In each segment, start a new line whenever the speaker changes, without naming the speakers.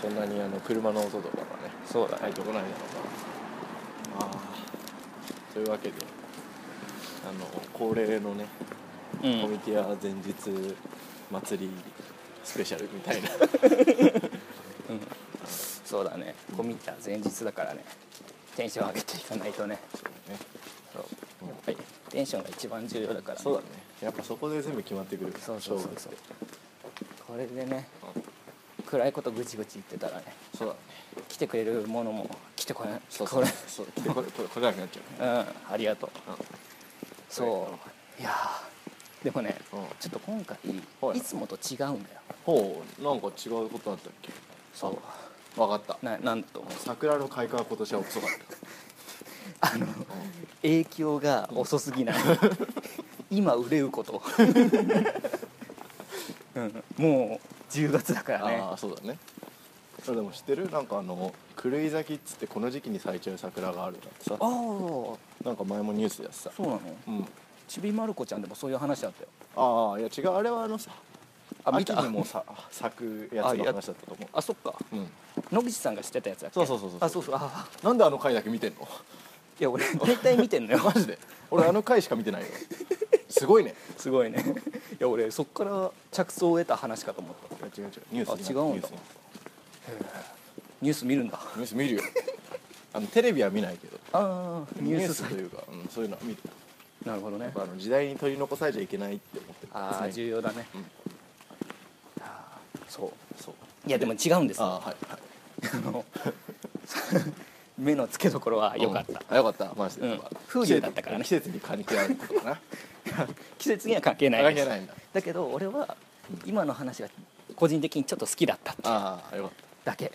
そんなにあの車の音とかがね
そうだ
入って
ね
こないだろうなあーというわけであの恒例のね
う
コミ
ん
ティア前日祭りスペシャルみたいな
そうだねコミッター前日だからねテンション上げていかないとねそうやっぱりテンションが一番重要だから、
そうだねやっぱそこで全部決まってくる
そうそうそうそう
勝負って
これでね
うん
暗いことぐちぐち言ってたらね
そうだね
来てくれるものも来てこない
そう
これ
そう来てこれこれこれなくなっちゃ
うんありがとう
うね
そういやーでもね
うん、うん、
ちょっと今回
はい
いつもと違うんだよ
ほうなんか違うことあったっけ
そ
分かった
うななんだと思う
桜の開花は今年は遅かった
あの影響が遅す ぎない今売れること、 うん、もう10月だからね
ああそうだねそれでも知ってるなんかあの狂い咲きっつってこの時期に咲いちゃう桜があるんだってさ
ああそ
なんか前もニュースでやってた
うなの
うん
ちびまる子ちゃんでもそういう話だったよ
ああいや違うあれはあのさ
あ見
秋
た
にもさ咲くやつの
あや
話だったと思
あそっか
ううん
野口さんが知ってたやつだっけ
そうそうそうそう
あそうそうあ
なんであの回だけ見てんの
い や俺大体見てんのよ
マジで俺あの回しか見てないよすごいね
すごいねいや俺そっから着想を得た話かと思った
いや違う違うニュースに
あ違うんだ
ニュースに
ニュース見るんだ
ニュース見るよあのテレビは見ないけど
ああニュースサイ
というか、うん、そういうのは見てる
トなるほどね
やっぱあの時代に取り残されちゃいけないって思ってる
あ
常
あ
に
重要だね、
うん
あーそう
そう
いやでも違うんです
あ
よ
あはいはい
あの 目の付けどころは良かった、
た、あよかったマジで、
うん
まあ
風流だったからね
季節に関係あることかな
季節には関係ない
関
で
係
す
ないんだ
だけど俺は今の話が個人的にちょっと好きだったって
ああよかっ
だけ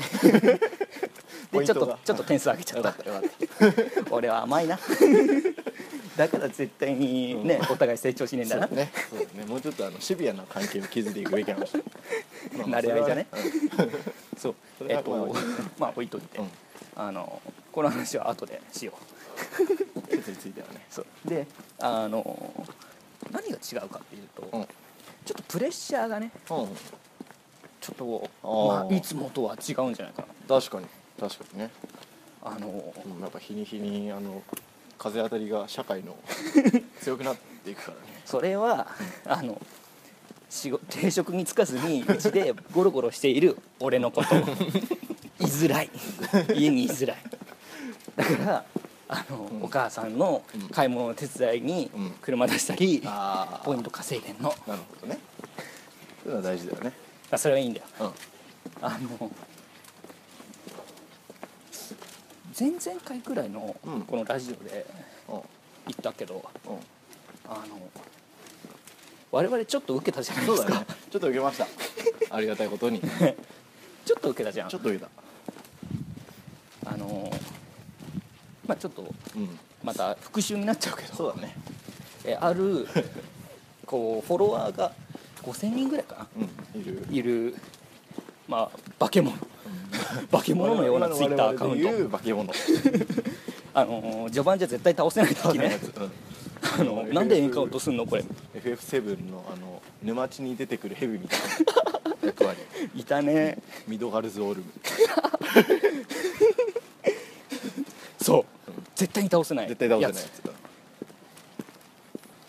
ポイ
で
ン
ち
ト
ょっと
が
ちょっと点数上げち
た
ゃっ
よか
た
ったよかっ
俺は甘いなだから絶対にね、お互い成長しねえん
たそ
だ
う
な
だねそうだねもうちょっとあのシビアな関係を築いていくべきなの
慣れ合いじゃねそう
それ
え
は
っと
まあ置いとい
まあ置いといて、
うん、うん、
あのこの話は後でしよう
季節についてはね
そうであの何が違うかっていうと、
うん
ちょっとプレッシャーがね
うん
ちょっと
あー
まあ、いつもとは違うんじゃないか
確かに確かにね、
なあの
うん、やっぱ日に日にあの風当たりが社会の強くなっていくから ね
それはあの仕事定職に就かずにうちでゴロゴロしている俺のこと居づらい家に居づらいだからあの、
ん
お母さんの
うん
買い物の手伝いに
うん
車出したり、
あ
ポイント稼いでんの
なるほどねそういうのは大事だよね
あそれはいいんだよ
うん
あの前々回くらいの
うん
このラジオで
うん
言ったけど、
うん
あの我々ちょっと受けたじゃないで
そう
す
だ
か、
ねちょっと受けましたありがたいこと にち
ちょっと受けたじゃん
ょっと受けた
あのまあちょっと
うん
また復習になっちゃうけど
そうだね
えあるこうフォロワーが5000人ぐらいかな
うんいる
いるまあ化け物化け物のようなツイッターアカウン
我々で言
ト
う化け 物
あの序盤じゃ絶対倒せない時ねあのなんでエンカウントすんのこれ
FF7 のあの沼地に出てくるヘビみたいな役 割
いたね
ミドガルズオルム
そう絶対に倒せない
絶対倒せないや
やつ
つだ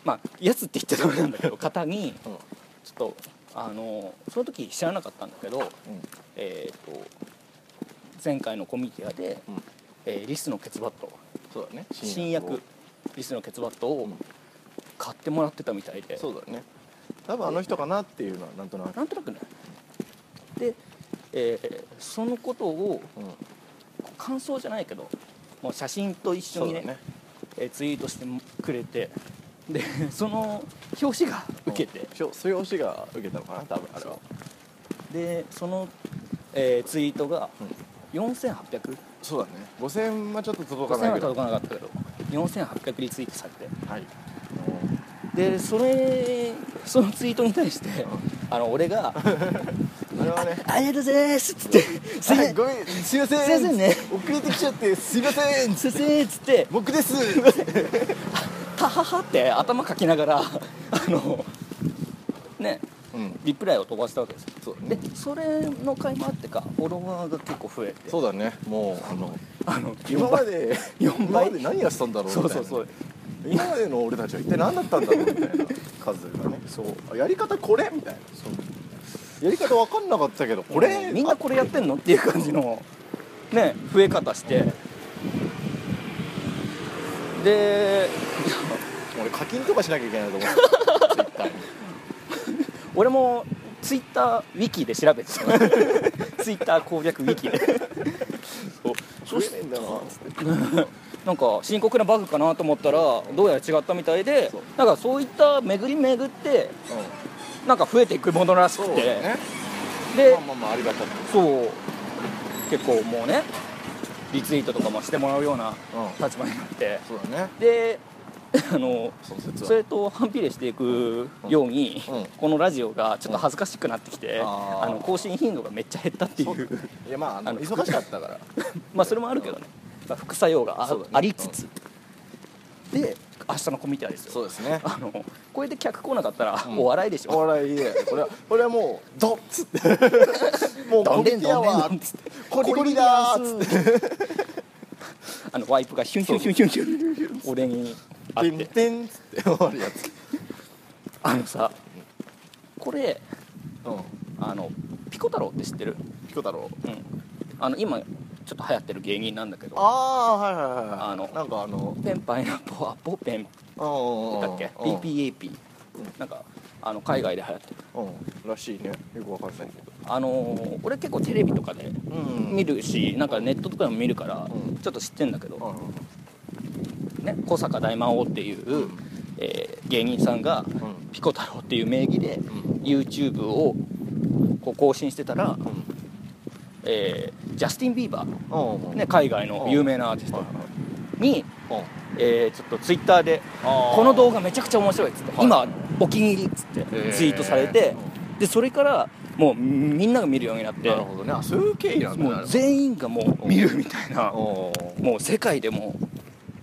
まあやつって言っちゃダメなんだけど型に
うん
ちょっとあのその時知らなかったんだけど
うん
えっ、と前回のコミティアで、
うん
えーリスのケツバット
そうだね
新
を
薬リスのケツバット
う
を
ん
買ってもらってたみたいで、
そうだね多分あの人かなっていうのはなんとなく
なんとなくねで、えーそのことを
うん
感想じゃないけどもう写真と一緒
そう
に
だ
ね
ね
えーツイートしてくれてでその表紙が受けて、
うんそうそういう推しが受けたのかな多分あれは
でその、えーツイートが
うん
4800
そうだね5000はちょっと届か
5000
ない
は
けど
届かなかったけど4800リツイートされて
はい
でそれそのツイートに対して、あの俺 が
あれはね
「ありがとうございます」っつ って「すいませ
あ
ん
ごめんすいません
すいませんね
遅れてきちゃってすいません
すいません」っつって
僕です
「ははは」って頭かきながらあのね
うん
リプライを飛ばしたわけですよ
そうだ
で
ね
それの甲斐もあってかフォロワーが結構増えて
そうだねもうあの
あの
今
4
ま
倍
で
四倍
今まで何やってたんだろうみたいな
そうそうそう
今までの俺たちは一体何だったんだろうみたいな数がね
そう
あやり方これみたいなやり方分かんなかったけどこれ
みんなこれやってんのっていう感じのね増え方してでいや
俺課金とかしなきゃいけないと思ってた Twitter に
俺もツイッターウィキで調べて たツイッター攻略ウィキで
そうしてんだな
なんか深刻なバグかなと思ったらどうやら違ったみたいで
そう
なんかそういった巡り巡ってなんか増えていくものらしく
そうだ
て、
ね
で
まあまあまあありがたく
そう結構もうねリツイートとかもしてもらうような
うん
立場になって
そうだね
で あの
その説は
それと反比例していくように、
うん
このラジオがちょっと恥ずかしくなってきて、
うんあー
あの更新頻度がめっちゃ減ったってい
そう
う
だねいやまああ
あ
の
の
忙しかったから
まあそれもあるけどね、まあ副作用があ,、
そうだね
ありつつ、で明日のコミュニティアです
そう
よ
ですね
あのこれで客来なかったら、
うん
お笑いでし
お
ょ
笑いでこれはこれはもうドッつって もう
ど
コ
んで
リ
ん
ティア
どんでん
は
どんっつって
コリコリだーっつ
つってあのワイプがヒュンヒュンヒュンヒュンヒュン俺にあっ
っててん
て
てんっつって終わるやつ
あのさこれ
うん
あのピコ太郎って知ってる、
ピコ太郎
うん、あの今ちょっと流行ってる芸人なんだけど
ああーはいはいはい
あの
なんかあの
ペンパイナポアポペン
うんうん
だっけ PPAP なんかあの海外で流行ってる
うんうんらしいねよくわかんないけど
あのー俺結構テレビとかで
うん
見るしなんかネットとかでも見るから
うん
ちょっと知ってんだけ
うん
ど、ね、小坂大魔王っていう、
うん
えー芸人さんが
ん
ピコ太郎っていう名義で
ん
YouTube をこう更新してたら、えージャスティン・ビーバー、
うんうん
ね、海外の有名なアーティス
はい
ト
はい
に、
うん
えーちょっと Twitter で
あー
この動画めちゃくちゃ面白いっつって、
はい
今お気に入りっつって
ー
ツイートされて、でそれからもうみんなが見るようになって
なるほどねあそういう経緯なんだ
もう全員がもう見るみたいな
お
もう世界でも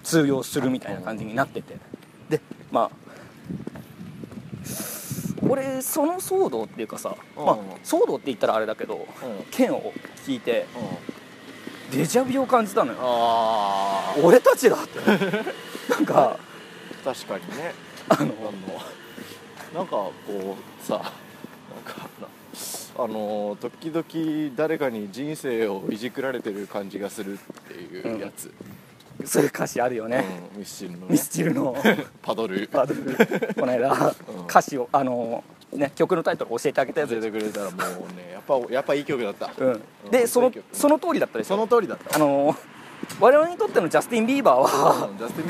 通用するみたいな感じになっててでまあ俺その騒動っていうかさ、まあ
うん、
騒動って言ったらあれだけど剣を聞いてデジャビを感じたのよ
ああ
俺たちだって なんか
確かにね
あ
あの
の
なんかこうさなんかなあの時々誰かに人生をいじくられてる感じがするっていうやつ、
そういう歌詞あるよ
うん
ね、
ミスチルの、ね
ミ、スチルの
パドル
パドルこの間
うん
歌詞をあのね曲のタイトル教えてあげたやつ
出
で
てくれたらもうねやっぱやっぱいい曲だった、
うん、でそのその通りだったでしょ
その通りだった
あの我々にとってのジャスティン・ビーバーは
うんジャスティンビー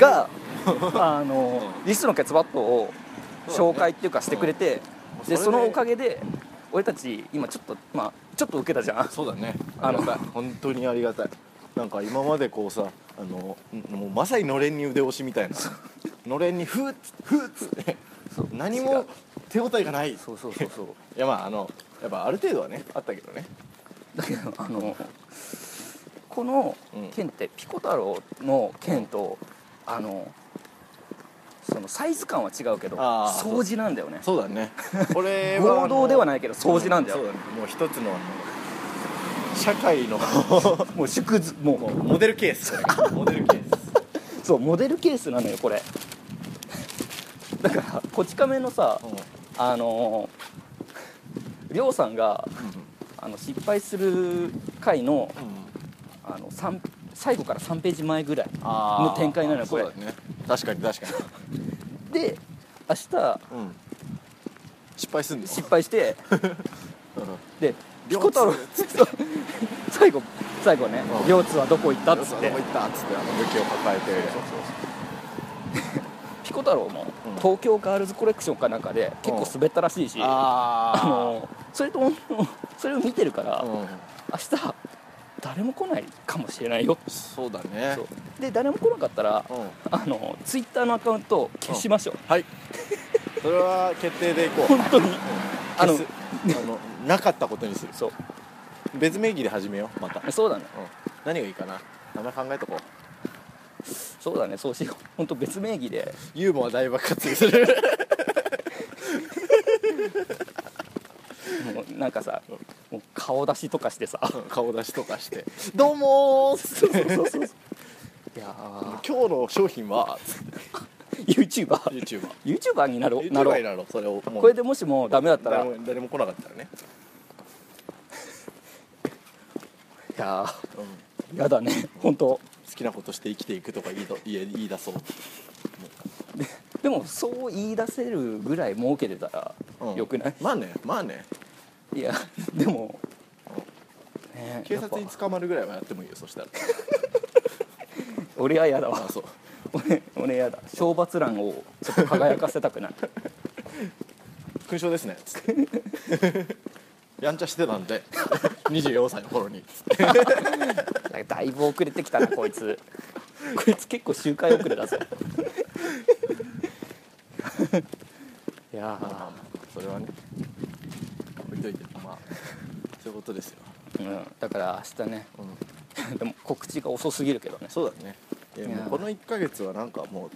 が
バ
あの
う
リスのケツバットを紹介っていうかしてくれて
うん
で
それで
そのおかげで俺たち今ちょっとまあちょっと受けたじゃん
そうだね
あ
あ
の
りがたい本当にありがたいなんか今までこうさあのんもうまさにのれんに腕押しみ たいなのれんにふーっつふーっつって何
違う
も手応えがないい
そうそうそうそう
やまああのやっぱある程度はねあったけどね
だけどあのこの
うん
剣ってピコ太郎の剣とあのそのサイズ感は違うけど
あー
掃除なんだよね
そうだ ねこれはあの
合同ではないけど掃除なんだよ
そうだねもう一つのあの社会 の
もう縮図もう
もうモデルケースこれモデルケース
そうモデルケースなのよこれ だからこち亀のさ
うん
あのーりょうさんがあの失敗する回のあの三最後から3ページ前ぐらい
あー
の展開なのよこれ
そうだね確かに確かに、
で明日
うん、失敗すんの
失敗して
うん
でピ
両
コ
津
太郎そう 最後最後ね
う
「
ん
両津はどこ行った?」っ
ど
つっ
こ
て
行ったっつってあの武器を抱えて
ピコ太郎も
うん
東京ガールズコレクションかなんかで結構滑ったらしいしあ
あ
のーそれと同じ それを見てるから
うん
明日誰も来ないかもしれないよ
そうだね
そうで誰も来なかったら
うん
あのツイッターのアカウントを消しましょう、
はい それは決定でいこう
本当にあ
消
の
すあのなかったことにする
そ
別名義で始めようまた、うん
う、そうだね
何がいいかな名前考えとこう
そうだねそうしよう本当別名義で
ユーモア大爆発する
なんかさもう顔出しとかしてさ
顔出しとかして「どうもー」っつって
そうそうそう いや
「今日の商品は」つって
ー YouTuberYouTuber
YouTuber
になろうな
YouTuber
ろ
に
う
なろうそれをもう
これでもしもダメだったら
誰
い
も誰も来なかったらね
や
うん
ーやだね本当
好きなことして生きていくとか言いど言え言い出そう
でもそう言い出せるぐらい儲けてたら
うん
よくない、
まあねまあね
いやでも、ね
警察
や
に
っぱ
捕まるぐらいはやってもいいよそ したら
俺は嫌だ
あ
わ
そう
俺俺嫌だ懲罰欄をちょっと輝かせたくない
勲章ですねつって やんちゃしてたん で24歳の頃につって
なん かだいぶ遅れてきたなこいつ こいつ結構周回遅れだぞ いや
まあまあまあそれはね置いといてまあそういうことですよ、
ー、うん、だから明日ね
うん、
でも告知が遅すぎるけどね
そうだねいや
いや
もうこの1ヶ月はなんかも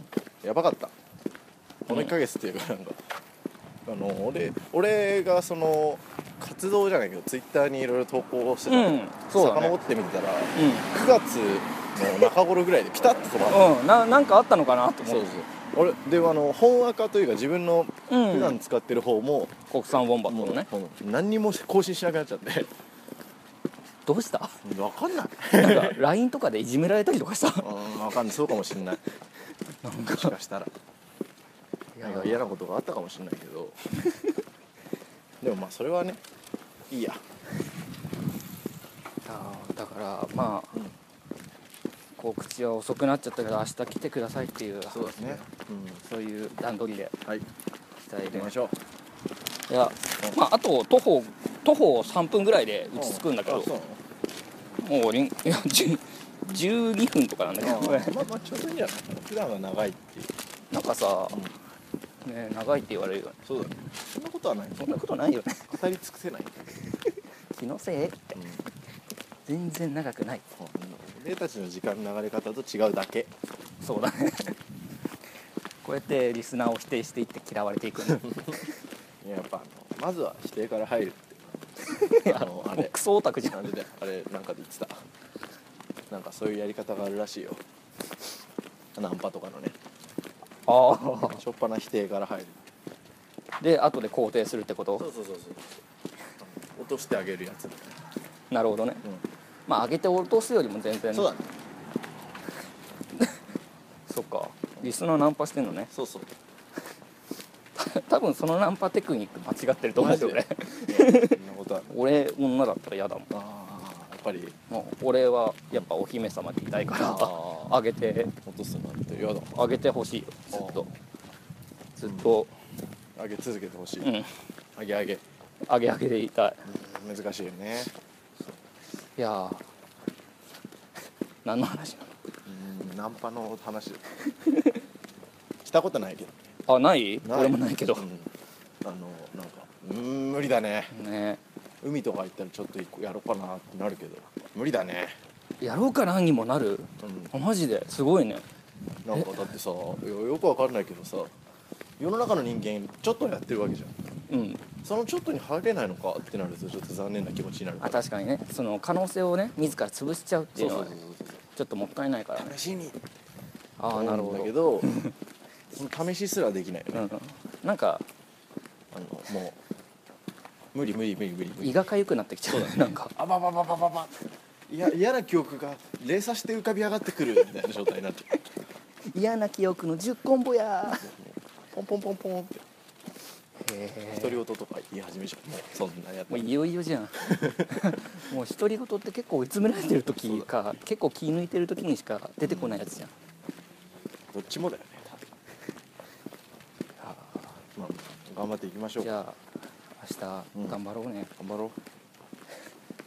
うやばかったこの
うん
1ヶ月っていうかなんか、あの俺俺がその活動じゃないけどツイッターにいろいろ投稿してたの、
うんそうだね
遡ってみたら
う
9月の中頃ぐらいでピタッと止まった、
ん、うん、ななんかあったのかなと
そ
思
う
う
そう俺であの本赤というか自分の
うん
普段使ってる方も,、
国産ウォンバッ
も
トの
う
ね
もう何にも更新しなくなっちゃって
どうした
分かんない
な んか LINE とかでいじめられたりとかした
うん分かんないそうかもしんないもしかしたらなんか嫌なことがあったかもしれないけどでもまあそれはねいいや、
あーだからまあ
うん
告知は遅くなっちゃったけど明日来てくださいっていう
そうですね、う
そういう段取りで
ん、はい
期待
行き
で
ましょう
いや
うん
まああと徒歩徒歩3分ぐらいで落ち着くんだけど
あそう
も うりんいや10 12分とかなんだけ
な
ど
の
これ
まあまあちょうどいいんじゃない普段は長いっていう
なんかさ、ね、長いって言われるよね
そうだねそんなことはない
そんなことないよね
語り尽くせない、
気のせいって
うん
全然長くない
俺たちの時間の流れ方と違うだけ
そうだねこうやってリスナーを否定していって嫌われ ていくんだ
いややっぱあのまずは否定から入るっ
い
ていう
や
あのあ
もう
れ
クソオタクじゃ
なんんでだあれなんかで言ってたなんかそういうやり方があるらしいよナンパとかのね
あ
しょっぱな否定から入る
あで後で肯定するってこと
そうそうそうそう落としてあげるやつみたい
なるほどね
な、
まあ上げて落とすよりも全然
そうだね
そっかリスナーナンパしてんのね
そうそう
多分そのナンパテクニック間違ってると思うよ俺
マジでそんなことはない
俺女だったら嫌だもん
ああやっぱり
もう俺はやっぱお姫様でいたいから
あー
あげて
落とすなんて嫌だ
あげてほしいよずっとずっと
上げ続けてほしい、
うん
上げ上げ
あげあげでいたい
うん難しいよね
いやー 何の話な
うんナンパの話 したことないけど
のあない俺もないけど
うんあのなんかうん無理だね
ね
海とか行ったらちょっと一個やろうかなってなるけど無理だね
やろうかなにもなる
うん
あマジですごいね
なんかだってさいやよくわかんないけどさ世の中の人間ちょっとやってるわけじゃん
うん
そのちょっとに入れないのかってなるとちょっと残念な気持ちになるか
あ
ら
確かにねその可能性をね自ら潰しちゃうってい
そうう
の
そ
は
う
ね
そうそう
ちょっともったいないからね
そう試しに
ああなる
思
ほ
うんだけ
ど
どその試しすらできないよね、
うん、なんか
あのもう無理無理無理無理無理
胃が痒くなってきちゃうねなんか
あばばばばばばいや嫌な記憶が連鎖して浮かび上がってくるみたいな状態になって
嫌な記憶の10コンボや
ポンポンポンポンって
へ
独り言とか言い始めちゃうもうそんなやっぱ
もう
り
いよいよじゃ んもう独り言って結構追い詰められてる時か結構気抜いてる時にしか出てこないやつじゃん
どっちもだよねまあ頑張っていきましょう
じゃあ明日頑張ろうね、
頑張ろう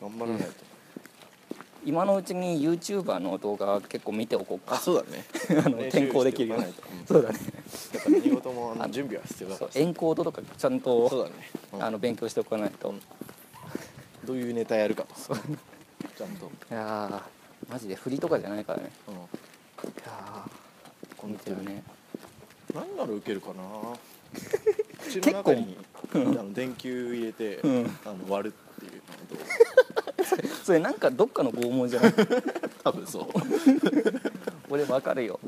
頑張らないと、
今のうちに YouTuber の動画結構見ておこう
あ
か
そうだね
あの転校できるよ
う
う
に
に
やっ
そうだね
ぱ何事も あの準備は必要だか
そう
ら
エンコードとかちゃん
そう
と
だね、うん
あの勉強しておかないと、
うんどういうネタやるかとか ちゃんと、
いやーマジで振りとかじゃないからね
うん、
いや
こ
見てるね
何なら受けるかな口の中
結 構
にあの電球入れて、
うん
あの割るっていうのと
それなんかどっかの拷問じゃない
多分そう
俺わかるよ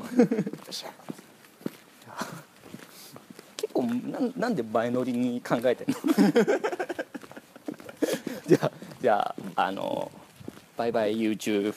結構なんなんで前乗りに考えてんの じゃあじゃああのバイバイ YouTube